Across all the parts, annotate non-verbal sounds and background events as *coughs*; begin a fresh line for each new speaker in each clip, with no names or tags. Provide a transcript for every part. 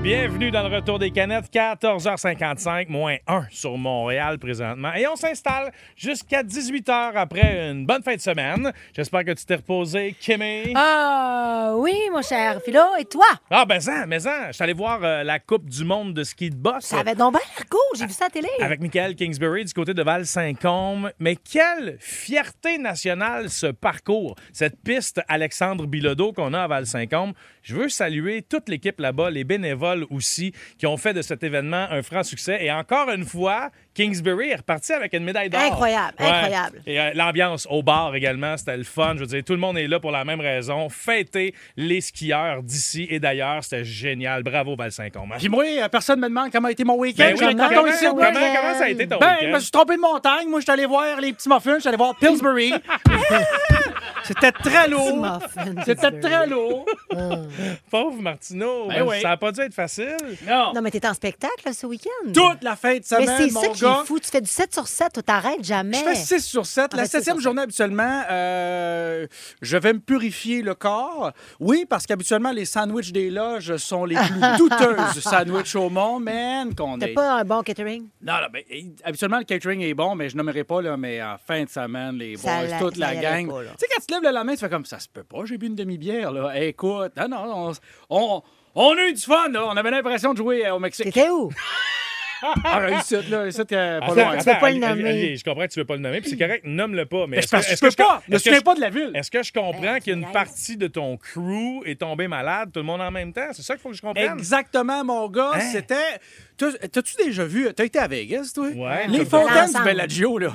Bienvenue dans le retour des canettes, 14h55, moins 1 sur Montréal présentement. Et on s'installe jusqu'à 18h après une bonne fin de semaine. J'espère que tu t'es reposé, Kimmy.
Ah oui, mon cher Philo, et toi?
Ah, ben ça, mais ça, je suis allé voir euh, la Coupe du monde de ski de boss.
Ça avait donc bien l'air cool, j'ai vu ça à la télé.
Avec Michael Kingsbury du côté de Val-Saint-Côme. Mais quelle fierté nationale ce parcours, cette piste Alexandre Bilodeau qu'on a à Val-Saint-Côme. Je veux saluer toute l'équipe là-bas, les bénévoles aussi, qui ont fait de cet événement un franc succès. Et encore une fois, Kingsbury est reparti avec une médaille d'or.
Incroyable, incroyable.
Et euh, l'ambiance au bar également, c'était le fun. Je veux dire, tout le monde est là pour la même raison. Fêter les skieurs d'ici et d'ailleurs, c'était génial. Bravo hein. Val-Saint-Côme.
Puis moi, euh, personne ne me demande comment a été mon week-end.
Ben oui,
Je l'ai
comment,
dans le site,
comment-
ouais.
comment ça a été ton
Ben, je
week-end?
me suis trompé de montagne. Moi, je suis allé voir les petits muffins, je suis allé voir
*laughs*
Pillsbury. C'était très lourd. C'était très lourd.
Ah.
Pauvre Martineau,
Ben oui.
ça n'a pas dû être facile.
Non.
Non, mais t'es en spectacle là, ce week-end?
Toute la fin de
Mais
semaine,
c'est
mon
ça qui
gars.
est fou, tu fais du 7 sur 7, toi, t'arrêtes jamais.
Je fais 6 sur 7.
Ah,
La
fait, six
septième
sur
journée, habituellement, euh, je vais me purifier le corps. Oui, parce qu'habituellement, les sandwichs des loges sont les
*laughs*
plus douteuses sandwichs au monde, man, qu'on
T'as
est.
pas un bon catering?
Non, non, ben, eh, habituellement, le catering est bon, mais je nommerai pas, là, mais en fin de semaine, les
Ça
boys,
la-
toute
ça
la
y allait
gang.
pas,
Tu
là.
sais, quand tu te lèves le lendemain, tu fais comme ça se peut pas, j'ai bu une demi-bière, là. Eh, écoute, non, non, on, on, on a eu du fun, là. On avait l'impression de jouer euh, au Mexique.
T'étais où?
*laughs* Ah, ici, là, ici, t'es pas
Attends,
loin.
attends,
pas le
Olivier,
nommer.
Olivier, je comprends que tu veux pas le nommer, puis c'est correct, nomme-le pas. Mais
Mais
est-ce
c'est parce que
est-ce
je peux
je-
pas. Je me
est-ce que
souviens pas de la ville.
Est-ce que je comprends
Hey,
qu'il y a une
niaise.
partie de ton crew est tombée malade, tout le monde en même temps? C'est ça qu'il faut que je comprenne?
Exactement, mon gars.
Hein?
C'était. T'as- T'as-tu déjà vu. T'as été à Vegas, toi?
Ouais,
Les
comme ça.
fontaines du
L'ensemble.
Bellagio,
*laughs*
là.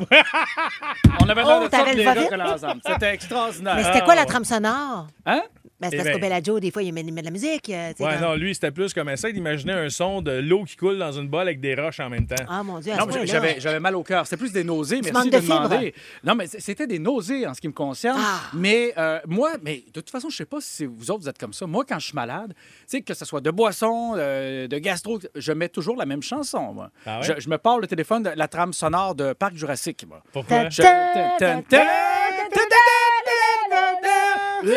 On avait l'air
Oh,
de
t'avais
sortir
le
les
Covid?
gars que l'ensemble.
*laughs*
C'était extraordinaire. Ah,
Mais c'était quoi
ouais.
la trame sonore?
Hein?
Ben, c'est
Eh
parce
ben.
qu'au Bellagio, des fois, il met, il met de la musique. euh, tu sais,
Ouais,
comme-
non, lui, c'était plus comme essayer d'imaginer un son de l'eau qui coule dans une bolle avec des roches en même temps.
Ah, mon Dieu, à
Non,
ce
mais
point-là.
j'avais, j'avais mal au cœur. C'était plus des nausées. Merci
manques
de
de fibres.
demander. Non, mais c- c'était des nausées en ce qui me concerne.
Ah.
Mais euh, moi, mais de toute façon, je sais pas si vous autres vous êtes comme ça. Moi, quand je suis malade, tu sais, que ce soit de boisson, euh, de gastro, je mets toujours la même chanson. moi.
Ah ouais?
je, je me parle le téléphone de la trame sonore de Parc Jurassique. moi.
Pourquoi?
Je- tan, tan, tan, tan, tan, tan, tan.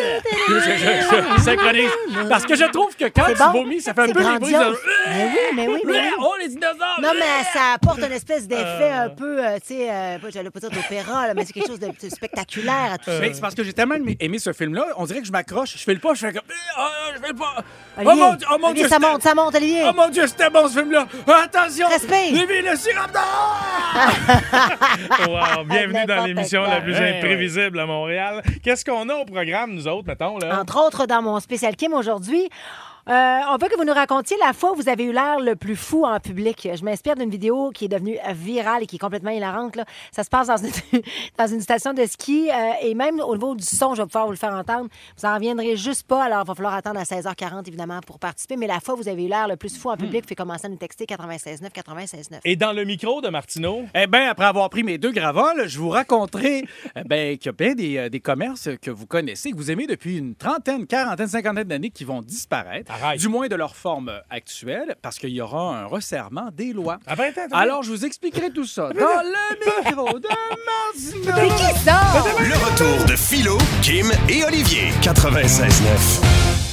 Je synchronise. Parce que je trouve que quand
C'est
tu
bon?
vomis, ça fait un
C'est
peu les bruits
grandiose.
de-
Mais oui, mais oui, mais oui.
Oh, les dinosaures!
Non, mais ça apporte une espèce d'effet un peu, euh, tu sais, euh, pas- j'allais pas dire d'opéra, là, mais c'est quelque chose de de spectaculaire à tout ça.
Euh. Mais c'est parce que j'ai tellement aimé- aimé ce film-là, on dirait que je m'accroche, je fais le pas, je fais comme. Ah, ah, je fais le pas. Oh
Olivier,
mon dieu, oh mon
Olivier,
dieu!
ça
c'était-
monte, ça monte, Olivier.
Oh mon dieu, c'était bon ce film-là! Attention!
Respire.
Lévi, le sirop d'or!
*laughs*
Wow, bienvenue dans
N'importe
l'émission
quoi.
la plus
Ouais,
imprévisible à Montréal. Qu'est-ce qu'on a au programme, nous autres, mettons, là?
Entre autres, dans mon spécial Kim aujourd'hui, euh, on veut que vous nous racontiez la fois où vous avez eu l'air le plus fou en public. Je m'inspire d'une vidéo qui est devenue virale et qui est complètement hilarante. là. Ça se passe dans une, *laughs* dans une station de ski euh, et même au niveau du son, je vais pouvoir vous le faire entendre. Vous en reviendrez juste pas, alors il va falloir attendre à 16h40 évidemment pour participer. Mais la fois où vous avez eu l'air le plus fou
Hmm.
en public, vous pouvez commencer à nous texter 96.9, 96.9.
Et dans le micro de Martineau?
Eh bien, après avoir pris mes deux gravoles, je vous raconterai *laughs* eh ben, qu'il y a bien des, euh, des commerces que vous connaissez, que vous aimez depuis une trentaine, quarantaine, cinquantaine d'années qui vont disparaître,
Arrête.
du moins de leur forme euh, actuelle, parce qu'il y aura un resserrement des lois.
Ah, ben, attends, attends.
Alors, je vous expliquerai tout ça dans le micro de Martineau.
Le retour de Philo, Kim et Olivier. 96.9.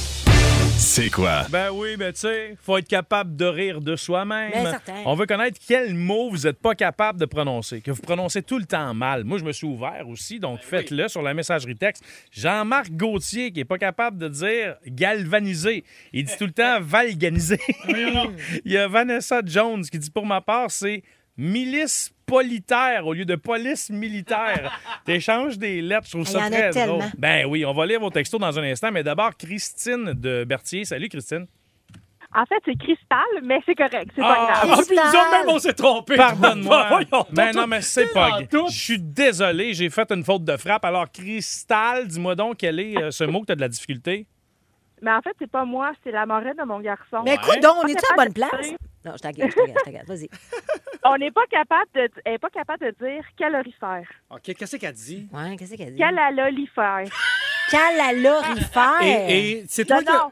C'est quoi?
Ben oui, ben tu sais, faut être capable de rire de
Ben,
soi-même.
certain.
On veut connaître quel mot vous n'êtes pas capable de prononcer, que vous prononcez tout le temps mal. Moi, je me suis ouvert aussi, donc faites-le sur la messagerie texte. Jean-Marc Gauthier, qui est pas capable de dire galvaniser. Il dit tout le temps valganiser. Il y a Vanessa Jones qui dit pour ma part, c'est milice politaire au lieu de police militaire. T'échanges des lettres, je trouve
Il
ça
y en a
très
tellement.
drôle. Ben oui, on va lire vos textos dans un instant, mais d'abord Christine de Berthier. Salut Christine.
En fait, c'est cristal, mais c'est correct. C'est
Ah,
pas grave.
Ah, puis nous autres, même, on s'est
*laughs*
trompés.
Pardonne-moi.
Voyons
Mais
donc,
non, mais c'est pas.
dans tout.
Je suis désolé, j'ai fait une faute de frappe. Alors, Cristal, dis-moi donc quel est euh, ce mot que tu as de la difficulté?
Mais en fait, c'est pas moi, c'est la morette de mon garçon.
Mais écoute, donc, on est-tu à la bonne
capable
place?
de-
Non, je t'agace, je t'agace, je t'agace. Vas-y.
On n'est pas capable de, elle est pas capable de dire calorifère.
OK, qu'est-ce qu'elle dit?
Ouais, qu'est-ce qu'elle dit?
Calalolifère.
Calalorifère.
Et, et c'est
Non,
toi qui.
non.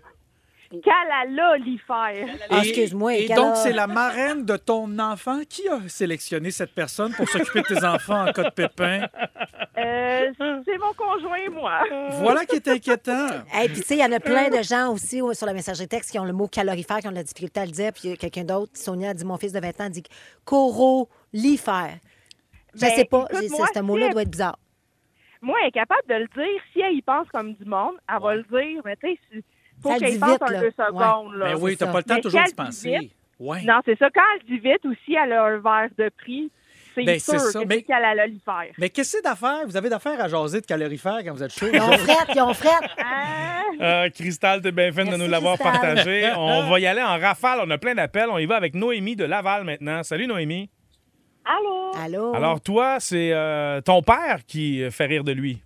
Calalolifère.
Ah,
Et-
excuse-moi,
Et
quelle
donc,
heure?
c'est la marraine de ton enfant qui a sélectionné cette personne pour s'occuper de tes enfants en cas de pépin.
Euh, c'est mon conjoint, moi.
Voilà qui est inquiétant.
Hey, puis tu sais, il y en a plein de gens aussi au- sur la messagerie texte qui ont le mot calorifère, qui ont de la difficulté à le dire. Puis il y a quelqu'un d'autre, Sonia, a dit Mon fils de 20 ans dit corolifère. Je
Ben,
sais pas,
écoute,
j'ai-
moi,
ce mot-là
si-
doit être bizarre.
Moi, elle est capable de le dire. Si elle y pense comme du monde, elle va le dire. Mais tu sais, si- faut
Ça le
qu'elle
dit
y pense
vite,
un
là.
deux
Ouais.
secondes. là.
Mais Ben oui,
c'est
t'as
ça.
pas le temps
Mais
toujours d'y
quelle
penser.
visite?
Ouais.
Non, c'est ça. Quand elle dit vite aussi, elle a un verre de prix. C'est
Ben,
sûr
c'est ça,
que
mais-
c'est calalolifère.
Mais qu'est-ce que c'est d'affaire? Vous avez d'affaires à jaser de calorifères quand vous êtes chaud.
Ils ont frette, ils ont frette.
Ah,
Euh, Cristal, t'es bien fine de
Merci,
nous l'avoir
Cristal.
*laughs* partagé. On va y aller en rafale. On a plein d'appels. On y va avec Noémie de Laval maintenant. Salut, Noémie.
allô?
Oh.
Allô?
Alors, toi, c'est euh, ton père qui euh, fait rire de lui.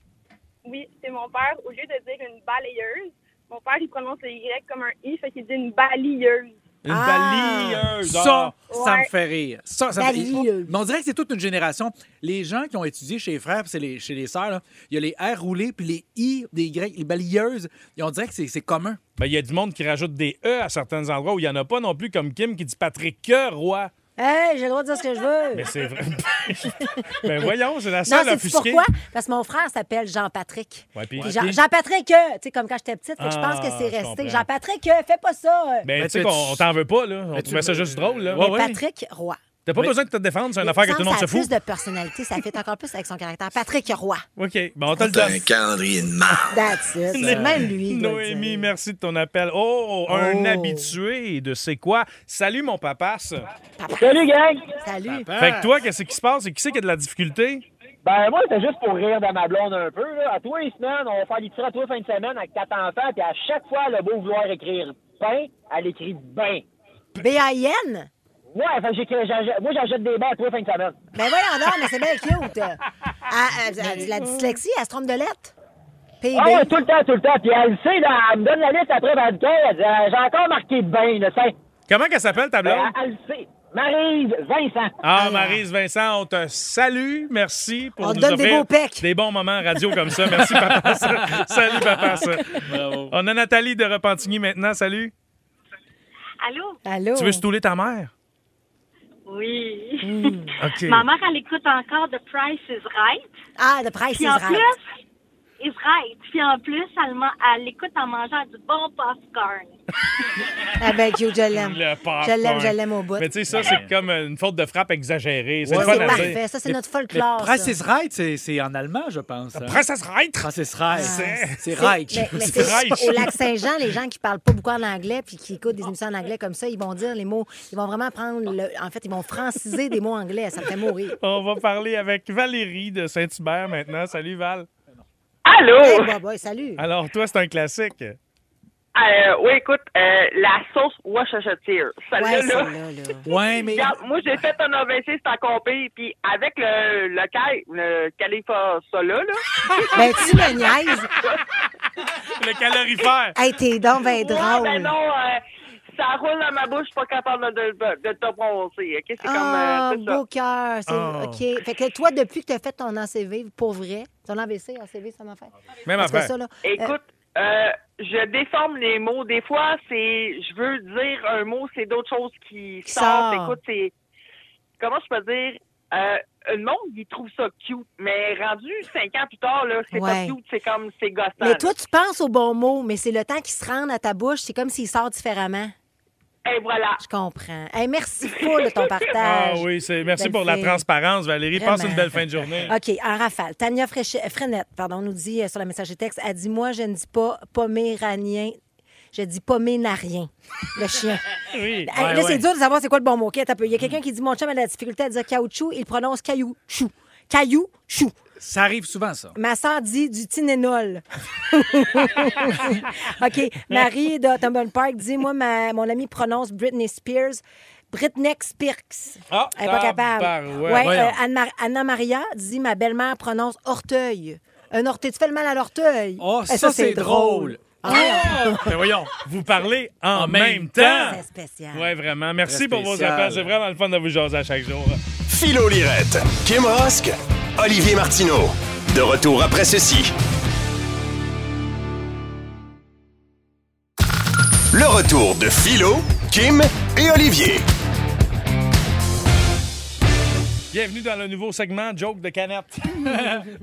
Oui, c'est mon père. Au lieu de dire une balayeuse, mon père, il prononce le Y comme un I, fait qu'il dit une balayeuse.
Une
Ah!
balieuse.
Ça, ça me
Ouais.
fait rire. Ça, ça me fait
Balayeuse.
rire. Mais on dirait que c'est toute une génération. Les gens qui ont étudié chez les frères, puis c'est les, chez les sœurs, là, il y a les R roulés, puis les I des Y, les balayeuses. Et on dirait que c'est c'est commun.
Ben, Il y a du monde qui rajoute des E à certains endroits où il n'y en a pas non plus, comme Kim qui dit Patrick que roi.
Hey, j'ai le droit de dire ce que je veux.
Mais c'est vrai. *laughs* ben voyons, c'est la
Non,
seule
c'est
offusquée.
pourquoi? Parce que mon frère s'appelle Jean-Patrick.
Ouais, puis-
Puis Jean- Jean-Patrick, euh, tu sais, comme quand j'étais petite, fait que je pense
Ah,
que c'est
je
resté.
comprends.
Jean-Patrick, euh, fais pas ça. euh.
Ben,
Ben,
tu sais
tu-
qu'on on t'en veut pas, là. On
Ben,
trouvait
tu-
ça juste drôle, là.
Ouais,
Ouais,
ouais.
Patrick Roy.
T'as pas
Mais-
besoin de te défendre, c'est une affaire que tout le monde se
Ça a
fout.
plus de personnalité, ça fait encore plus avec son caractère. Patrick Roy.
OK, ben on te le
T'as
donne.
un calendrier de marde.
That's it. *laughs* C'est
*laughs*
même lui. il doit le
Noémie,
dire.
merci de ton appel. Oh, un
Oh.
habitué de c'est quoi? Salut, mon papa. ça.
Salut, gang!
*laughs*
Salut.
Fait que toi, qu'est-ce qui se passe? Et qui c'est qui a de la difficulté?
Ben, moi, c'était juste pour rire de ma blonde un peu. Là. À tous les semaines, on va faire des tirs à tous les fins de semaine avec quatre enfants, puis à chaque fois, le beau vouloir écrire pain, elle écrit bain.
B.I.N.
Moi, fait que j'écris- j'ach- moi, j'achète des bains à tous les fins de semaine.
Ben voyons donc, mais c'est bien cute. Ah, ah, ah, la dyslexie, elle se trompe de lettres. PB.
Ah, ouais, tout le temps, tout le temps. Puis elle le sait, là, elle me donne la liste après, puis elle me dit, elle dit, Ah, j'ai encore marqué bain, là, c'est.
Comment qu'elle s'appelle, ta blonde?
Elle, elle le sait. Marise, Vincent.
Ah, Marise Vincent, on te salue. Merci pour
On te
nous
donne
offrir
des beaux pecs.
des bons moments en radio comme ça. Merci, papa.
*laughs*
ça. Salut, papa. ça. On a Nathalie de Repentigny maintenant. Salut.
Allô?
Allô?
Tu veux stouler ta mère?
Oui.
Hmm.
OK.
Ma mère, elle écoute encore The Price is Right.
Ah, le price is
Puis en
right.
plus, is right. Puis en plus, elle, man- elle l'écoute en mangeant du bon popcorn.
Ah ben cute, je l'aime.
Le popcorn.
Je l'aime, je l'aime au bout.
Mais tu sais, ça,
Ben,
c'est comme une faute de frappe exagérée. C'est
Ouais,
le fun
C'est
à dire.
parfait. Ça, c'est notre folklore. ça.
Princess Right, c'est c'est en allemand, je pense. hein.
Princesse Reître.
Princess Right.
Ah,
C'est
C'est-
Reich. *laughs*
mais- mais
C'est
c'est-
Reich.
Au lac Saint-Jean, les gens qui parlent pas beaucoup en anglais puis qui écoutent des émissions en anglais comme ça, ils vont dire les mots. Ils vont vraiment prendre. le- en fait, ils vont franciser des mots anglais. Ça me fait mourir.
*laughs* On va parler avec Valérie de Saint-Hubert maintenant. Salut, Val.
Allô?
Hey, boy, boy, salut.
Alors, toi, c'est un classique.
Euh, oui, écoute, euh, la sauce Worcestershire. Celle-là,
Ouais,
là,
celle-là, là.
*laughs*
Ouais, mais.
regarde, moi, j'ai fait un AVC, c'est encore pire. Puis avec le, le, cal- le califa, ça là, là,
*laughs* Ben, tu me niaises.
Le calorifère.
Hey, t'es donc ben
ouais,
drôle.
ben non, euh, ça roule dans ma bouche, je suis pas capable de, de, de te prononcer. OK? C'est comme.
Ah,
euh, c'est ça.
beau cœur. c'est-
Ah.
OK. Fait que toi, depuis que tu as fait ton ACV, pour vrai, ton AVC, ACV, ça m'a fait.
Ah,
Même
Parce que
affaire.
ça, là,
Écoute, euh, je déforme les mots. Des fois, c'est. Je veux dire un mot, c'est d'autres choses qui,
Qui
sortent.
sort.
Écoute, c'est. Comment je peux dire? Euh, le monde, il trouve ça cute. Mais rendu cinq ans plus tard, là, c'est pas
Ouais.
cute. C'est comme. C'est gossant.
Mais toi, tu penses au bon mot, mais c'est le temps qu'il se rende à ta bouche. C'est comme s'il sort différemment.
Et voilà.
Je comprends. Hey, merci full de ton partage.
Ah oui, c'est... merci
Belle
pour la
fille.
transparence, Valérie. Passe
Vraiment. Ah,
une belle fin de journée.
OK, en rafale. Tania Fréch- Frenette, pardon, nous dit euh, sur la messagerie texte, elle dit, moi, je ne dis pas poméranien, je dis poménarien, le chien.
*laughs* Oui.
Hey, là, c'est dur de savoir c'est quoi le bon mot. OK, attends un peu. Il y a quelqu'un qui dit, mon chum a de la difficulté à dire caoutchouc, il prononce caillou, chou. Caillou, chou.
Ça arrive souvent, ça.
Ma sœur dit du tinénol. *laughs* OK. Marie de Tumble Park dit Moi, ma- mon ami prononce Britney Spears. Britney Spears.
Ah,
Elle n'est pas capable.
tabarouette.
Ouais,
Voyons.
euh, Anne-Mar- Anna-Maria dit Ma belle-mère prononce orteil. Un orteil, tu fais le mal à l'orteil.
Oh,
Eh,
ça, c'est drôle.
Ah, ouais,
Mais voyons.
Ben, Vous parlez en,
En
même,
même
temps.
c'est spécial.
Oui, vraiment. Merci
Très
pour vos
spécial.
appels. C'est vraiment le fun de vous jaser à chaque jour.
Philo Lirette, Kim Rosk, Olivier Martineau. De retour après ceci. Le Le retour de Philo, Kim et Olivier.
Bienvenue dans le nouveau segment Joke de
*laughs*
canette.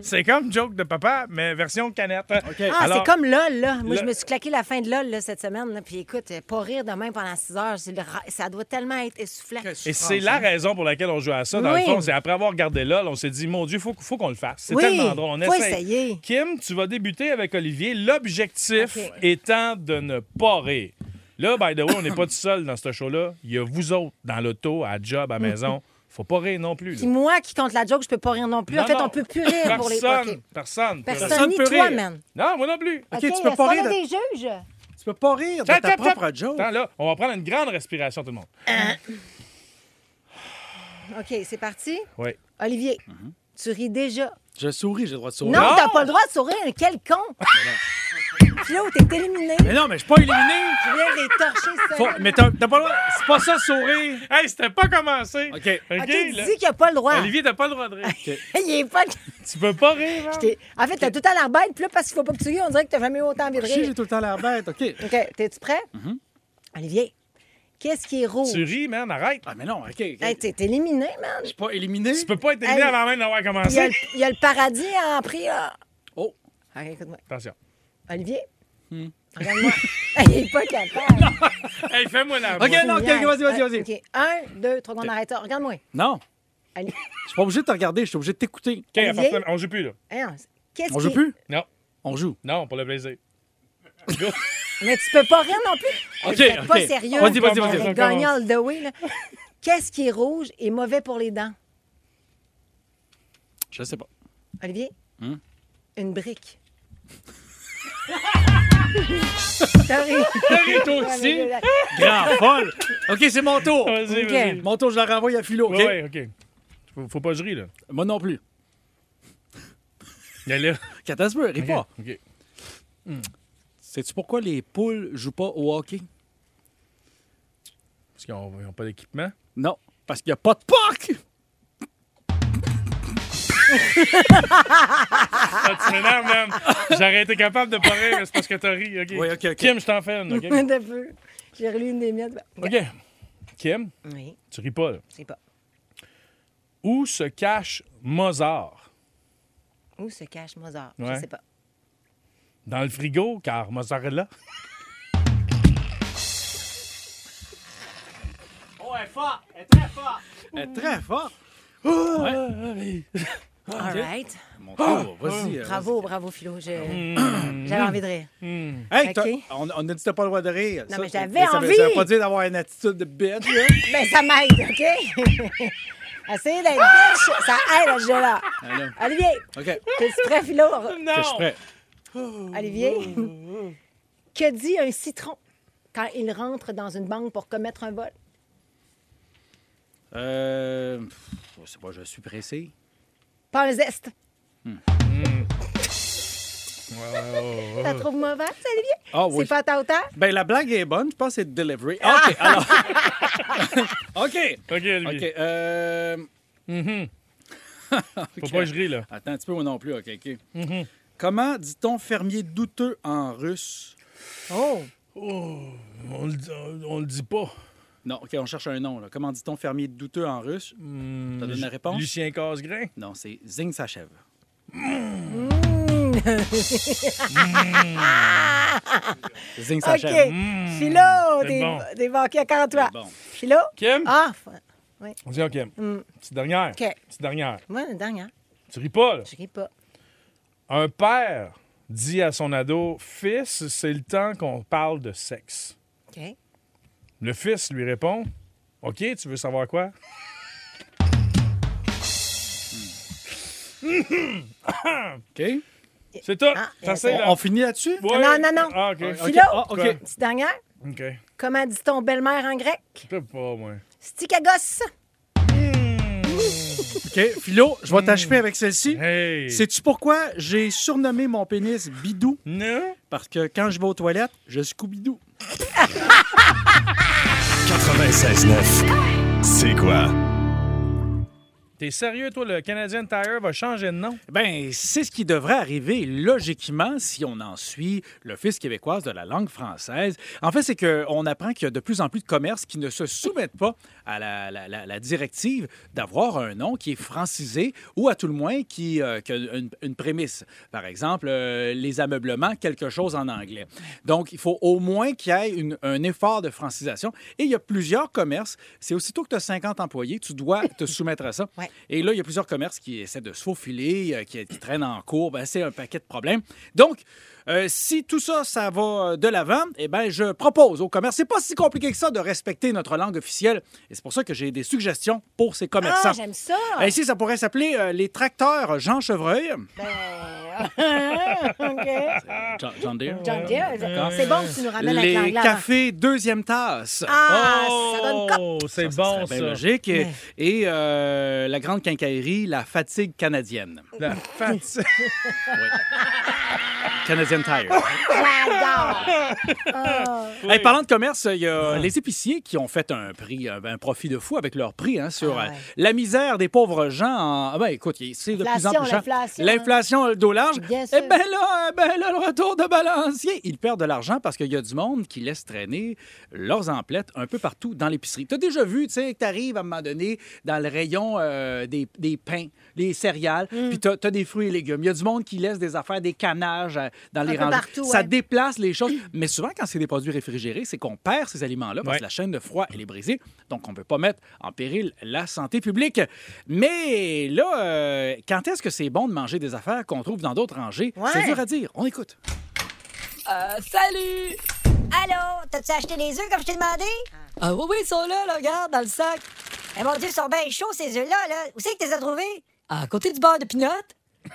c'est comme Joke de papa, mais version canette.
Ah,
Alors,
c'est comme LOL, là. Moi,
le-
je me suis claqué la fin de LOL là, cette semaine. là, Puis écoute, euh, pas rire de même pendant 6 heures, c'est le ra- ça doit tellement être essoufflant.
Et c'est la
Ah,
raison pour laquelle on joue à ça. Dans
Oui.
le fond, c'est après avoir regardé LOL, on s'est dit, mon Dieu, il faut, faut qu'on le fasse. C'est
Oui,
tellement drôle. On
faut
essaye.
essayer.
Kim, tu vas débuter avec Olivier. L'objectif
Ok.
étant de ne pas rire. Là, by the way, on n'est pas tout seul dans ce show-là. Il y a vous autres dans l'auto, à job, à maison. Faut pas rire non plus. là.
Puis moi qui compte la joke, je peux pas rire non plus. en
Non,
fait,
non.
on peut plus rire pour les
Personne,
OK.
personne, peut
Personne,
rire.
ni
peut
toi,
rire.
man.
Non, moi non plus.
OK, tu
est-ce
peux pas
qu'on
rire
a
de-
des juges.
Tu peux pas rire de
Tap,
ta
tap, tap.
propre joke.
Attends, là, on va prendre une grande respiration, tout le monde.
OK, c'est parti.
Oui.
Olivier,
Mhm.
tu ris déjà.
Je souris, j'ai le droit de sourire.
Non, t'as pas le droit de sourire,
*laughs*
un quelconque. Flo, t'es éliminé.
Mais non, mais je suis pas éliminé.
Tu viens de les torcher, ça.
Faut- Mais t'as t'as pas le droit. C'est pas ça, sourire.
Hey, c'était pas commencé.
OK.
OK,
là.
Ah, dis qu'il a pas le droit.
Olivier, t'as pas le droit de rire.
Il est pas...
tu peux pas rire. hein?
T'es- En fait, t'as tout à l'air bête, puis là, parce qu'il faut pas que tu ris, on dirait que t'as jamais eu autant envie de
Ah, Si,
rire.
j'ai tout le temps l'air bête, OK. Mm-hmm.
OK, t'es-tu prêt? Olivier, qu'est-ce qui est rouge?
Tu ris, man, arrête.
Oh. Ah, mais non, OK. ok.
Hey, t'es t'es éliminé, man.
Je suis pas éliminé.
Tu peux pas être éliminé
Hey.
avant même d'avoir
Il y, a
commencé.
le, il y a le paradis en prière.
Oh.
OK, écoute-moi.
Attention.
Olivier, Hmm. *laughs*
*laughs*
regarde-moi. Hey, il est pas capable.
Hey, fais-moi la
OK,
voix.
non, OK, OK, vas-y, vas-y, vas-y.
OK, un, deux, trois, on arrête ça. Regarde-moi.
Non. Je
Allez.
suis pas obligé de te regarder, je suis obligé de t'écouter.
OK, à
Olivier?
partir- on joue plus, là.
Hey, on- Qu'est-ce
On
qui-
joue plus?
Non,
On joue.
non, pour le plaisir. *laughs*
Mais tu peux pas rire non plus.
OK,
Vous êtes pas
OK.
sérieux.
Vas-y, vas-y, vas-y.
Vous êtes
On
gagnant
commence.
all the way, là. Qu'est-ce qui est rouge et mauvais pour les dents?
Je sais pas.
Olivier?
Hmm? *laughs*
Une brique. T'as ri.
toi aussi. Grand folle. OK, c'est mon tour.
Vas-y,
OK.
vas-y.
Mon tour, je la renvoie à Philo, OK?
Ouais, ouais, OK. Faut, faut pas que je ris, là.
Moi non plus.
Il y a
*laughs*
là.
Catasper, ris pas. Hmm.
OK.
Sais-tu pourquoi les poules jouent pas au hockey?
Parce qu'ils ont ils ont pas d'équipement.
Non, parce qu'il n'y a pas de puck!
Ah, tu m'énerves, man. J'aurais été capable de pas rire, mais c'est parce que t'as ri. OK.
Oui, OK, OK.
Kim, je t'en fais une. OK.
*laughs* Un peu. J'ai relu une des miennes. Ben,
OK. Kim,
Oui,
tu ris pas, là.
c'est pas.
Où se cache Mozart?
Où se cache Mozart?
Ouais.
Je sais pas.
Dans le frigo, car Mozart est là.
Elle est très forte.
All right.
Mon tour, vas-y. euh,
Ah! Bravo, bravo, Philo. Je-
Mm.
Mmh.
J'avais envie de rire.
Hey, t'as-
Ok.
on, on a dit que t'as pas le droit de rire.
Non, mais
ça-
j'avais
ça veut-
envie.
Ça veut pas dire d'avoir une attitude de bête, là.
*laughs* Ben, ça m'aide, OK? *laughs* Essayez d'être bitch, ça aide à ce jeu-là.
Alors,
Olivier,
OK,
t'es-tu prêt, Philo?
je suis prêt.
Olivier,
*laughs*
que dit un citron quand il rentre dans une banque pour commettre un vol?
Euh... pff, Je sais pas, je suis pressé. Mmh.
Pas le zeste.
Mmh.
Ça trouve mauvais, ça, Olivier?
Euh. Ah oui.
C'est pas Ah! à ta hauteur?
Ben, la blague est bonne, je pense que c'est delivery. OK, alors... *laughs* OK.
OK, Olivier. Mmh.
OK, euh...
Faut
*laughs*
pas que je Mmh. ris, là.
Attends un petit peu, moi non plus. OK, OK. Comment dit-on fermier douteux en russe?
Oh!
On le, on- on le dit pas.
Non, OK, on cherche un nom. Là. Comment dit-on fermier douteux en russe?
Hmm,
T'as donné la
Lu-
réponse?
Lucien Casgrain.
Non, c'est Zing s'achève.
Mm.
Zing
*laughs* OK.
s'achève.
Philo,
c'est
des,
bon.
des banquiers à 43.
C'est bon.
Philo?
Kim?
Ah! fa-
On dit OK. Petite dernière.
Mm. OK.
Petite dernière.
Moi,
*coughs*
la dernière,
Tu ris pas, là.
je ris pas.
Un père dit à son ado Fils, c'est le temps qu'on parle de sexe.
OK.
Le fils lui répond OK, tu veux savoir quoi *coughs*
OK.
C'est tout.
Ah,
Ça,
euh,
c'est
On,
là.
on finit là-dessus?
Ouais.
Non, non, non.
Ah, OK.
Philo,
Ah, OK.
Quoi?
petite dernière,
OK.
comment dit-on belle-mère en grec?
Je peux pas, moi.
Stikagos.
Hmm. OK. Philo, je vais t'achever avec celle-ci.
Hmm. Hey.
Sais-tu pourquoi j'ai surnommé mon pénis Bidou?
Non.
Parce que quand je vais aux toilettes, je scoubidou.
96.9. C'est quoi?
T'es sérieux, toi? Le Canadian Tire va changer de nom?
Ben, c'est ce qui devrait arriver logiquement si on en suit l'Office québécoise de la langue française. En fait, c'est qu'on apprend qu'il y a de plus en plus de commerces qui ne se soumettent pas à la, la- la- la directive d'avoir un nom qui est francisé ou à tout le moins qui, euh, qui a une, une prémisse. Par exemple, euh, les ameublements, quelque chose en anglais. Donc, il faut au moins qu'il y ait une- un effort de francisation. Et il y a plusieurs commerces. C'est aussitôt que tu as 50 employés, tu dois
*laughs*
te soumettre à ça.
Ouais.
Et là, il y a plusieurs commerces qui essaient de se faufiler, euh, qui, qui traînent en cours. Ben, c'est un paquet de problèmes. Donc, euh, si tout ça, ça va euh, de l'avant, eh ben, je propose aux commerces, c'est pas si compliqué que ça de respecter notre langue officielle. Et c'est pour ça que j'ai des suggestions pour ces commerçants.
Ah, j'aime ça.
Ben, ici, ça pourrait s'appeler euh, les tracteurs Jean Chevreuil.
Ben, Ah,
*laughs*
OK.
Jean, John Deere.
John Deere, c'est bon que tu nous ramènes avec
Les
l'anglais. avant.
cafés deuxième tasse.
Ah, ça donne quoi?
Oh, c'est
Ça,
bon,
serait
ça.
bien logique. Et, et, euh, la grande quincaillerie, la fatigue canadienne.
La fatigue.
*laughs*
Canadian Tire.
J'adore.
Hey, parlant de commerce, il y a les épiciers qui ont fait un prix, euh, ben, un profit de fou avec leur prix hein, sur
Ah
euh,
ouais.
la misère des pauvres gens. En... ah ben, écoute, c'est de plus en
L'inflation,
plus cher.
l'inflation, hein.
L'inflation, le dos large.
Bien sûr.
Eh bien là, eh ben là, le retour de balancier. Ils perdent de l'argent parce qu'il y a du monde qui laisse traîner leurs emplettes un peu partout dans l'épicerie. Tu as déjà vu, tu sais, que tu arrives à un moment donné dans le rayon euh, des, des pains, des céréales,
Mm.
puis tu as, des fruits et légumes. Il y a du monde qui laisse des affaires, des canages euh, dans les
peu
rangées.
partout,
Ça
ouais.
déplace les choses. Mais souvent, quand c'est des produits réfrigérés, c'est qu'on perd ces aliments-là parce
Ouais.
que la chaîne de froid, elle est brisée. Donc, on ne peut pas mettre en péril la santé publique. Mais là, euh, quand est-ce que c'est bon de manger des affaires qu'on trouve dans d'autres rangées?
Ouais.
C'est dur à dire. On écoute.
Euh, salut!
Allô, t'as-tu acheté les œufs comme je t'ai demandé?
Ah oui, oui, ils sont là, là, regarde, dans le sac.
Eh mon Dieu, ils sont bien chauds, ces œufs-là, là. Où c'est que t'es as trouvés?
À côté du beurre de pinot.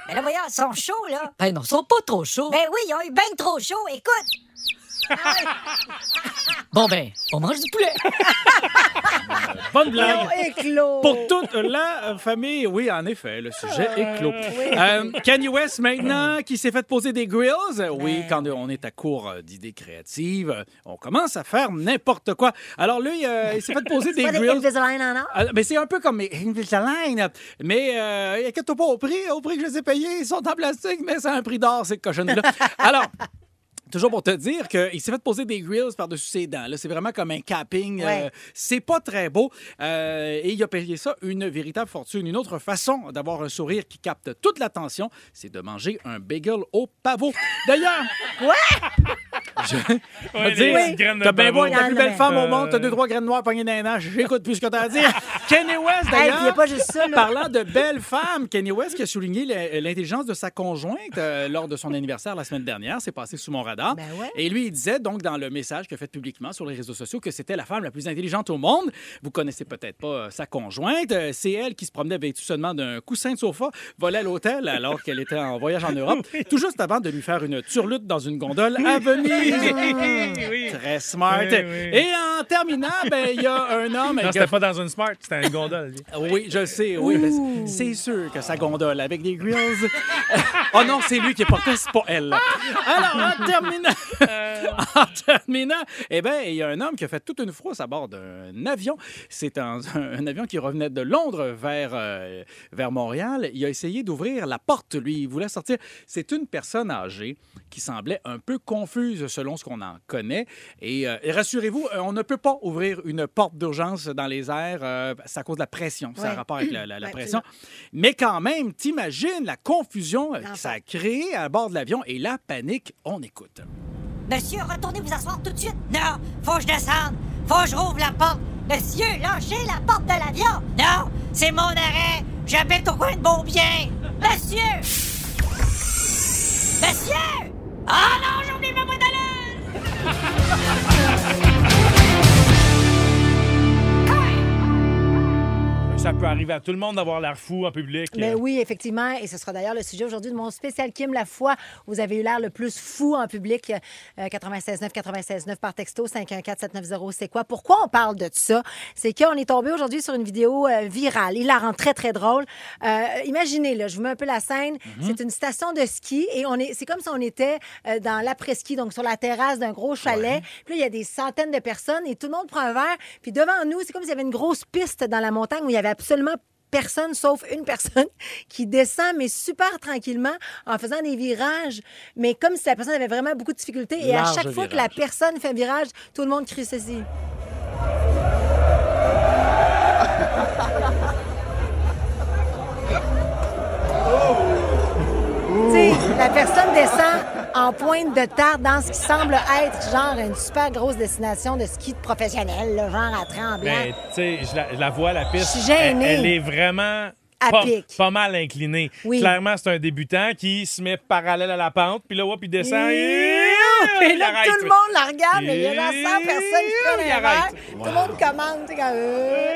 Mais là, voyons, ils sont chauds, là.
Ben non, ils sont pas trop chauds.
Ben oui, ils ont eu ben trop chaud, écoute.
*laughs* Bon ben, on mange du poulet.
Bonne
Oh, éclos. Ah,
Pour toute la euh, famille, oui, en effet, le sujet est clos. Euh, Kanye West, maintenant, qui s'est fait poser des grills. Euh, Oui, quand on est à court euh, d'idées créatives, euh, on commence à faire n'importe quoi. Alors lui, euh, il s'est fait poser des
Pas des
grills.
Invisalign en or?
Ah, ben, c'est un peu comme mes Invisalign. Mais euh, inquiète-toi pas au prix, au prix que je les ai payés, ils sont en plastique, mais c'est un prix d'or, ces cochonneries-là. Alors. Toujours pour te dire qu'il s'est fait poser des grills par-dessus ses dents. là. C'est vraiment comme un capping. euh,
Ouais.
c'est pas très beau. Euh, et il a payé ça une véritable fortune. Une autre façon d'avoir un sourire qui capte toute l'attention, c'est de manger un bagel au pavot. D'ailleurs, *laughs*
Ouais,
te dire,
les petites graines de
t'as bien beau
bavot.
être la plus belle
Non,
femme au
non.
monde, t'as deux, trois graines noires pognées dans les nages. J'écoute plus ce que t'as à
*laughs*
dire. Kenny West,
Hey, puis il y a
d'ailleurs.
pas juste ça, là.
Parlant de belles femmes, Kenny West qui a souligné la- l'intelligence de sa conjointe euh, lors de son anniversaire la semaine dernière. C'est passé sous mon radar.
Ben ouais.
Et lui, il disait donc dans le message qu'il a fait publiquement sur les réseaux sociaux que c'était la femme la plus intelligente au monde. Vous connaissez peut-être pas euh, sa conjointe. Euh, C'est elle qui se promenait vêtue seulement d'un coussin de sofa, volait à l'hôtel alors qu'elle était en voyage en Europe,
*laughs*
tout juste avant de lui faire une turlute dans une gondole à
*laughs*
Venise.
Oui.
Très smart.
Oui, oui.
Et en terminant, ben, il y a un homme.
Non, c'était pas dans une Smart, c'était une gondole. lui.
Oui, je le sais, oui. mais c'est- c'est sûr que ça gondole avec des grills. *laughs* oh non, c'est lui qui est porté, c'est pas elle. Alors, *laughs* en terminant,
Euh.
*laughs* en terminant, eh bien, il y a un homme qui a fait toute une frousse à bord d'un avion. C'est un, un avion qui revenait de Londres vers, euh, vers Montréal. Il a essayé d'ouvrir la porte, lui. Il voulait sortir. C'est une personne âgée qui semblait un peu confuse selon ce qu'on en connaît. Et, euh, et rassurez-vous, euh, on ne peut pas ouvrir une porte d'urgence dans les airs. euh, c'est à cause de la pression. Ça a
Ouais.
rapport avec la, la- la
Ouais,
pression. Mais quand même, t'imagines la confusion euh, que ça a créée à bord de l'avion et la panique. On écoute.
Monsieur, retournez vous asseoir tout de suite. Non, faut que je descende. Faut que je rouvre la porte. Monsieur, lâchez la porte de l'avion. Non, c'est mon arrêt. J'habite au coin de Beaubien. Monsieur! Monsieur! Ah non, j'ai oublié ma boîte à lunch! *laughs*
Ça peut arriver à tout le monde d'avoir l'air fou en public.
Mais
Euh,
Ben oui, effectivement, et ce sera d'ailleurs le sujet aujourd'hui de mon spécial Kim la fois où vous avez eu l'air le plus fou en public. Euh, 96.9, 96.9 par texto, 514-790, c'est quoi? Pourquoi on parle de ça? C'est qu'on est tombé aujourd'hui sur une vidéo euh, virale. Il la rend très, très drôle. Euh, imaginez, là, je vous mets un peu la scène.
Mm-hmm.
C'est une station de ski et on est, c'est comme si on était euh, dans l'après-ski, donc sur la terrasse d'un gros chalet. Puis là, il y a des centaines de personnes et tout le monde prend un verre. Puis devant nous, c'est comme s'il y avait une grosse piste dans la montagne où il y avait absolument personne, sauf une *laughs* personne, qui descend, mais super tranquillement, en faisant des virages, mais comme si la personne avait vraiment beaucoup de difficultés. Et à
Large
chaque fois que la
virage.
personne fait un virage, tout le monde crie ceci. Tu sais, la personne descend en pointe de tarte dans ce qui semble être genre une super grosse destination de ski de professionnel, là, genre à Tremblant.
Ben, tu sais, je la, je la vois, la piste.
Ah, Je suis gênée.
Elle, elle est vraiment.
À
Pas,
pic.
pas mal inclinée.
Oui.
Clairement, c'est un débutant qui se met parallèle à la pente, puis là, hop, il descend.
*laughs* Et là,
arrête.
tout le monde la regarde, mais il y a genre 100 personnes qui prennent
Il
un verre.
arrête.
Tout le monde commande, tu sais, comme... euh.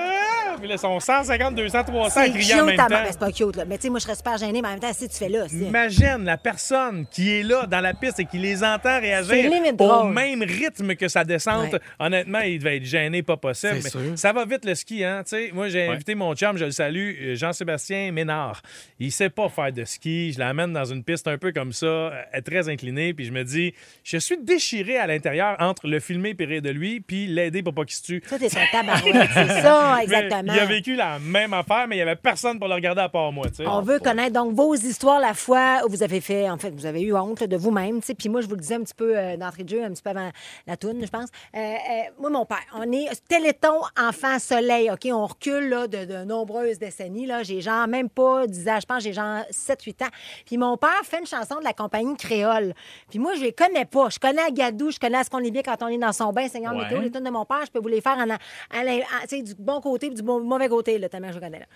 Puis là, ils sont 150, 200, 300 à
C'est
crier en
cute,
même
ta
temps.
mère. C'est pas cute, là. Mais tu sais, moi, je serais super gênée, mais en même temps, si tu fais là, c'est...
Imagine la personne qui est là dans la piste et qui les entend
C'est
réagir
limite
au
drôle.
même rythme que sa descente.
Ouais.
Honnêtement, il devait être gêné, pas possible.
C'est
mais
sûr.
Ça va vite le ski, hein. Tu sais, moi, j'ai
Ouais.
invité mon chum, je le salue, euh, Jean-Sébastien Ménard. Il sait pas faire de ski. Je l'amène dans une piste un peu comme ça, euh, très inclinée, puis je me dis, je suis déchiré à l'intérieur entre le filmer pire de lui, puis l'aider pour pas qu'il se tue.
Ça, t'es un tabarouette, c'est ça,
*laughs* Mais
exactement.
il a vécu la même affaire, mais il y avait personne pour le regarder à part moi. tu sais. Ah,
On veut connaître donc vos histoires la fois où vous avez fait, en fait, vous avez eu honte là, de vous-même. tu sais. Puis moi, je vous le disais un petit peu euh, d'entrée de jeu, un petit peu avant la toune, je pense. Euh, euh, moi, mon père, on est téléthon enfant soleil, OK? On recule là, de, de nombreuses décennies. Là. J'ai genre même pas 10 ans, je pense, que j'ai genre 7-8 ans. Puis mon père fait une chanson de la compagnie créole. Puis moi, je les connais pas. Je connais Agadou, je connais à ce qu'on est bien quand on est dans son bain, Seigneur
Ouais.
Météo, les tunes de mon père, je peux vous les faire en, en- en- en- tu sais, du bon côté et du bon- mauvais côté, là, tellement je les connais. Là.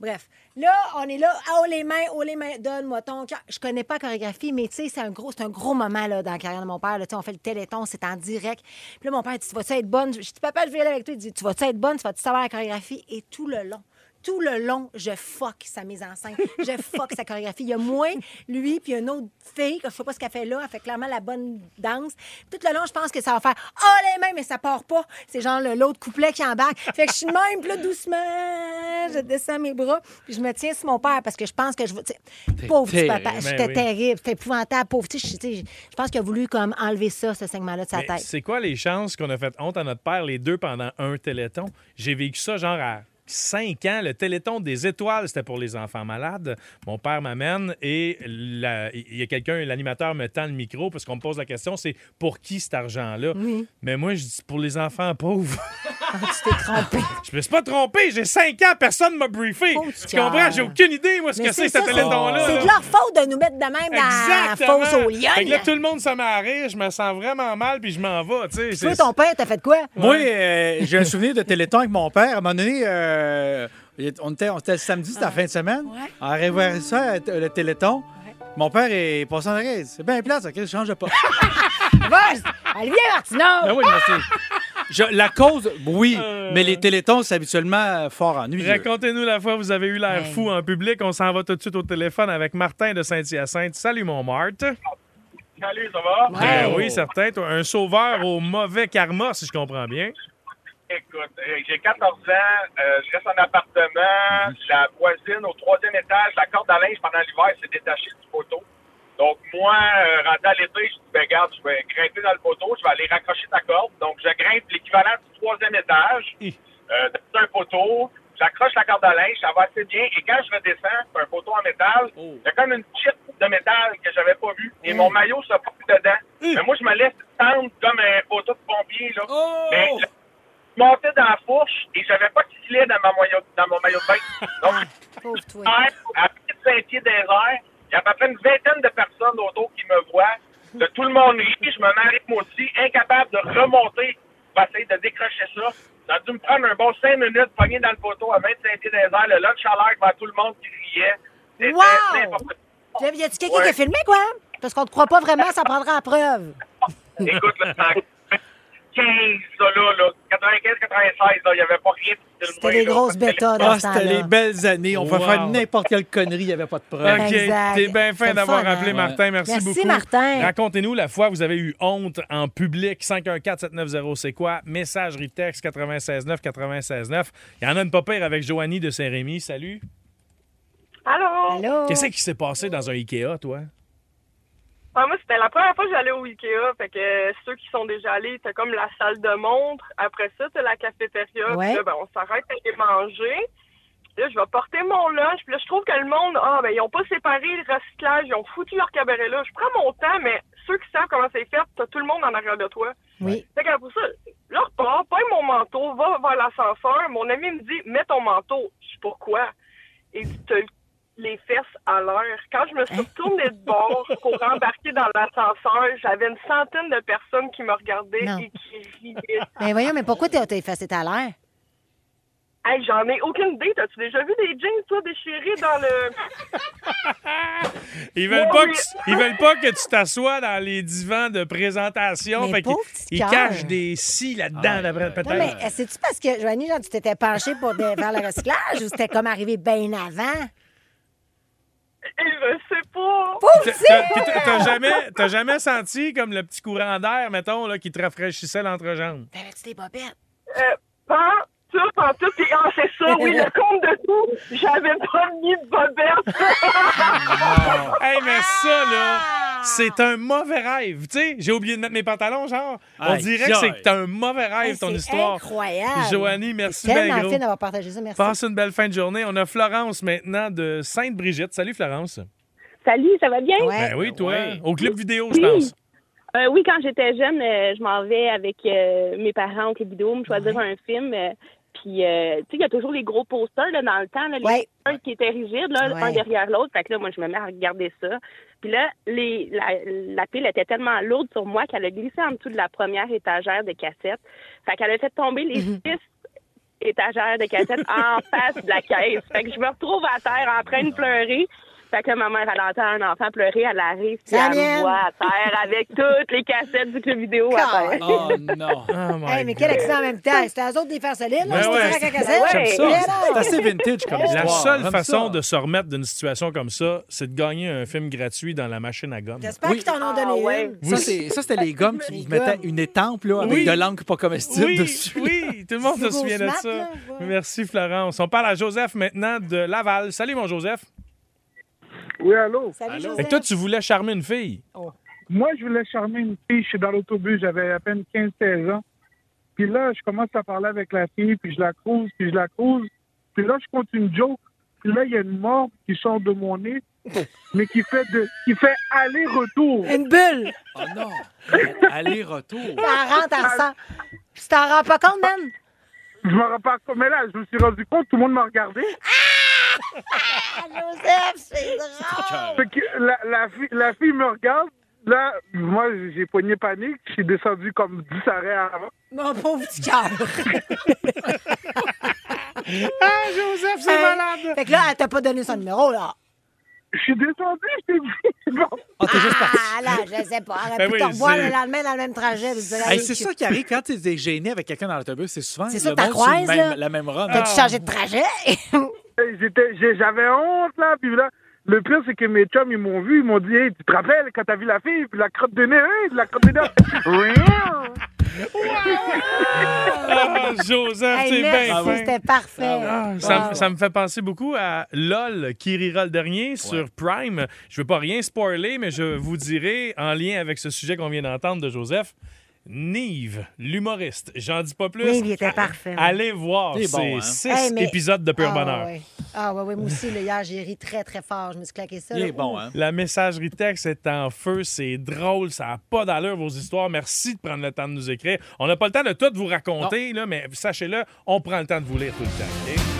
Bref, là, on est là, oh les mains, oh les mains, donne-moi ton cœur. Je connais pas la chorégraphie, mais tu sais, c'est un gros, c'est un gros moment là, dans la carrière de mon père. là. Tu sais, on fait le téléthon, c'est en direct. Puis là, mon père dit, tu vas-tu être bonne? Je dis, papa, je vais y aller avec toi. Il dit, tu vas-tu être bonne? Tu vas-tu savoir la chorégraphie? Et tout le long, tout le long, je fuck sa mise en scène. Je fuck sa chorégraphie. Il y a moi, lui, puis une autre fille, que je sais pas ce qu'elle fait là. Elle fait clairement la bonne danse. Tout le long, je pense que ça va faire Ah les mains, mais ça part pas. C'est genre le- l'autre couplet qui embarque. Fait que je suis de même, puis là, doucement, je descends mes bras, puis je me tiens sur mon père parce que je pense que je veux. tu sais,
T'es
Pauvre petit
terrible.
papa,
Ben
c'était
oui.
terrible, c'était épouvantable, pauvre. Tu sais, je- tu sais, je pense qu'il a voulu comme enlever ça, ce segment-là de sa
Mais
tête.
C'est quoi les chances qu'on a fait honte à notre père, les deux, pendant un téléthon? J'ai vécu ça genre à 5 ans. Le téléthon des étoiles, c'était pour les enfants malades. Mon père m'amène et la- il y a quelqu'un, l'animateur me tend le micro parce qu'on me pose la question, c'est pour qui cet argent-là?
Oui.
Mais moi, je dis pour les enfants pauvres. *laughs*
Ah, tu t'es trompé.
je me suis pas trompé. J'ai 5 ans, personne m'a briefé. tu
cœur.
comprends? J'ai aucune idée, moi, ce
Mais
que c'est,
ça,
cet téléthon-là.
C'est
là.
de leur faute de nous mettre de même dans la
Exactement.
fosse aux
Fait que là,
lions.
tout le monde se met à rire. Je me sens vraiment mal, puis je m'en vais. tu sais,
Tu vois,
c'est-
ton père, t'as fait quoi?
Moi, euh, j'ai un souvenir de Téléthon avec mon père. À un moment donné, euh, on, était, on était le samedi, c'était la fin de semaine. En réversant euh, le Téléthon, mon père est passé en arrêt. C'est bien place, OK, je change *laughs* pas.
Vas! Olivier Martineau!
Ben Ah oui, merci. Je- la cause, oui, mais les télétons, c'est habituellement fort ennuyeux.
Racontez-nous la fois où vous avez eu l'air fou en public. On s'en va tout de suite au téléphone avec Martin de Saint-Hyacinthe. Salut, mon Marthe.
Salut, ça va?
Ben oui, certain. Toi, un sauveur au mauvais karma, si je comprends bien.
Écoute, euh, j'ai 14 ans, euh, je reste en appartement,
Mhm.
la voisine au troisième étage, la corde à linge pendant l'hiver s'est détachée du poteau. Donc moi, euh, rendu à l'été, je dis, ben garde, je vais grimper dans le poteau, je vais aller raccrocher ta corde. Donc je grimpe l'équivalent du troisième étage, euh, dans un poteau, j'accroche la corde à linge, ça va assez bien, et quand je redescends, c'est un poteau en métal,
Oh.
il y a comme une chip de métal que j'avais pas vue,
Mmh.
et mon maillot se porte dedans. Mais moi, je me laisse tendre comme un poteau de pompier, là. Mais le- je montais dans la fourche et j'avais pas de filet dans, ma moyo- dans mon maillot de bain. Donc, l'air, à pied de saint pieds des airs, il y a à peu près une vingtaine de personnes autour qui me voient. De tout le monde rit, je me marie moi aussi, incapable de remonter pour essayer de décrocher ça. Ça a dû me prendre un bon 5 minutes, pogné dans le poteau à 25 pieds des airs, le lunch à l'air devant tout le monde qui riait. C'était
Wow!
n'importe quoi.
Puis là, Y a-tu quelqu'un
Ouais.
qui a filmé, quoi? Parce qu'on te croit pas vraiment, ça prendra la preuve.
Écoute, là, en 15, ça, là, là, 95-96, là, il n'y avait pas rien de filmé,
C'était des
là.
grosses bêtas dans
Ah,
ce
c'était les
temps-là.
belles années. On pouvait
Wow.
faire n'importe quelle connerie, il n'y avait pas de preuve.
OK.
Exact.
T'es bien
C'est
fin
le
d'avoir
fun, hein?
appelé, Martin. Merci,
Merci,
beaucoup.
Martin.
Racontez-nous la fois où vous avez eu honte en public. 514-790, c'est quoi? Messagerie texte 969 969. Il y en a une pas pire avec Joanie de Saint-Rémy. Salut.
Allô?
Allô?
Qu'est-ce qui s'est passé dans un Ikea, toi?
Ouais, moi, c'était la première fois que j'allais au Ikea. Fait que euh, ceux qui sont déjà allés, t'as comme la salle de montre. Après ça, t'as la cafétéria.
Ouais.
Puis là, ben, on s'arrête à aller manger. Là, je vais porter mon lunch. Puis là, je trouve que le monde, ah, ben, ils ont pas séparé le recyclage. Ils ont foutu leur cabaret là. Je prends mon temps, mais ceux qui savent comment c'est fait, t'as tout le monde en arrière de toi.
Oui.
Fait que pour ça, là, repars, prends mon manteau, va vers l'ascenseur. Mon ami me dit, mets ton manteau. Je dis, pourquoi? Et tu te les fesses à l'air. Quand je me
Hein?
suis retournée de bord pour embarquer dans l'ascenseur, j'avais une centaine de personnes qui me regardaient
Non.
et qui riaient.
Mais voyons, mais pourquoi t'as t'as effacé ta l'air?
Hey, j'en ai aucune idée. T'as-tu déjà vu des jeans, toi, déchirés dans le...
Ils veulent, pas que tu, ils veulent pas que tu t'assoies dans les divans de présentation.
Mais
fait qu'ils-
pauvre petit
ils,
cœur.
cachent des si
Ah,
là-dedans, d'après- peut-être.
Non, mais euh, c'est-tu parce que, Joanie, genre, tu t'étais penchée pour de- faire le recyclage ou c'était comme arrivé bien avant?
Je sais pas.
T'as- t'as- t'as- T'as jamais, t'as jamais senti comme le petit courant d'air, mettons, là, qui te rafraîchissait l'entrejambe?
T'avais-tu Ben, des bobettes?
Euh, pas tout, pas tout, puis ah, c'est
*laughs*
ça, oui, le compte de tout, j'avais pas mis de bobette.
Hey, mais ça, là,
Ah!
c'est un mauvais rêve. Tu sais, j'ai oublié de mettre mes pantalons, genre. On
Aïe,
dirait que c'est
aïe.
que t'as un mauvais rêve,
Hey,
ton
c'est
histoire.
incroyable.
Joanie, merci
C'est
bien
tellement
gros.
fine d'avoir partagé ça. Merci.
Passe une belle fin de journée. On a Florence maintenant de Sainte-Brigitte. Salut, Florence.
Salut, ça va bien?
Ben oui, toi, au club vidéo, je
Oui.
pense.
Euh, oui, quand j'étais jeune, euh, je m'en vais avec euh, mes parents au club vidéo me choisir un film. euh, puis, euh, tu sais, il y a toujours les gros posters là, dans le temps, là, les posters qui étaient rigides, là,
Ouais.
un derrière l'autre. Fait que là, moi, je me mets à regarder ça. Puis là, les, la, la pile était tellement lourde sur moi qu'elle a glissé en dessous de la première étagère de cassettes. Fait qu'elle a fait tomber les six étagères de cassettes en face de la caisse. Fait que je me retrouve à terre en train de pleurer. Fait que là, ma mère, elle entend un enfant pleurer, elle arrive, puis
Ça
elle
vient.
me voit à terre avec toutes les cassettes du club vidéo à terre.
non.
Oh
Hey, mais quel accident en même temps. C'était eux autres des faire solides.
Ouais,
là, c'était
Ben ouais.
crack à cassette.
J'aime ça.
Mais
C'est
alors.
assez vintage comme
La
histoire.
seule
J'aime
façon
ça.
de se remettre d'une situation comme ça, c'est de gagner un film gratuit dans la machine à gomme.
J'espère qu'ils t'en ont
Ah
donné une.
Ça, c'est- ça, c'était les gommes qui mettaient une étampe là, avec
Oui.
de l'encre pas comestible
oui,
dessus.
Oui, tout le monde se
Hugo
souvient de
Smart,
ça.
là,
Merci, Florence. On parle à Joseph maintenant de Laval. Salut, mon Joseph.
Oui, allô?
Salut, Joseph. toi, tu voulais charmer une fille.
Moi, je voulais charmer une fille. Je suis dans l'autobus. J'avais à peine 15-16 ans. Puis là, je commence à parler avec la fille, puis je la crouse, puis je la crouse. Puis là, je compte une joke. Puis là, il y a une morve qui sort de mon nez, mais qui fait, de, qui fait aller-retour.
Une bulle!
Oh non! Aller-retour!
T'en rends, t'en ressens. Tu t'en rends pas compte, man?
Je me rends pas compte. Mais là, je me suis rendu compte, tout le monde m'a regardé.
Ah, Joseph,
*laughs*
c'est drôle!
Fait que la, la, fille, la fille me regarde. Là, moi, j'ai pogné panique. Je suis descendu comme 10 arrêts avant.
Mon pauvre petit
*laughs*
cœur.
ah, Joseph,
c'est malade! Fait que là, elle t'a pas donné son numéro, là.
Je suis descendu, je t'ai dit. Bon.
Ah, là, je sais pas. Elle aurait
Ben
pu
oui,
te revoir
c'est-
le lendemain dans le même trajet. puis tu dirais,
Hey,
hey,
c'est
tu-
ça qui arrive quand tu es gêné avec quelqu'un dans l'autobus, c'est souvent
C'est
le
ça, t'as
monde sur le
croise,
même-
là.
la même run.
T'as-tu
Ah.
changé de trajet?
*laughs* Hey, j'étais- j'ai- J'avais honte, là. Puis là, le pire, c'est que mes chums, ils m'ont vu. Ils m'ont dit, hey, tu te rappelles quand t'as vu la fille? Puis la crotte de nez, hey, de la crotte de nez. Rien!
*laughs*
Ah, Joseph,
Hey,
c'est
merci,
bien fin.
c'était parfait.
Ah, Ça,
Wow.
me- ça me fait penser beaucoup à LOL qui rira le dernier sur Prime. Je veux pas rien spoiler, mais je vous dirai, en lien avec ce sujet qu'on vient d'entendre de Joseph, Nive, l'humoriste. J'en dis pas plus.
Nive, il était parfait.
Allez voir
Il
ces
est bon, hein?
six
Hey, mais-
épisodes de Pur
Ah,
Bonheur.
ouais. Ah, ouais, ouais, moi aussi, là, hier, j'ai ri très, très fort. Je me suis claqué ça. là. Ouh.
hein?
La messagerie texte est en feu, c'est drôle, ça n'a pas d'allure vos histoires. Merci de prendre le temps de nous écrire. On n'a pas le temps de tout vous raconter, là, mais sachez-le, on prend le temps de vous lire tout le temps. OK?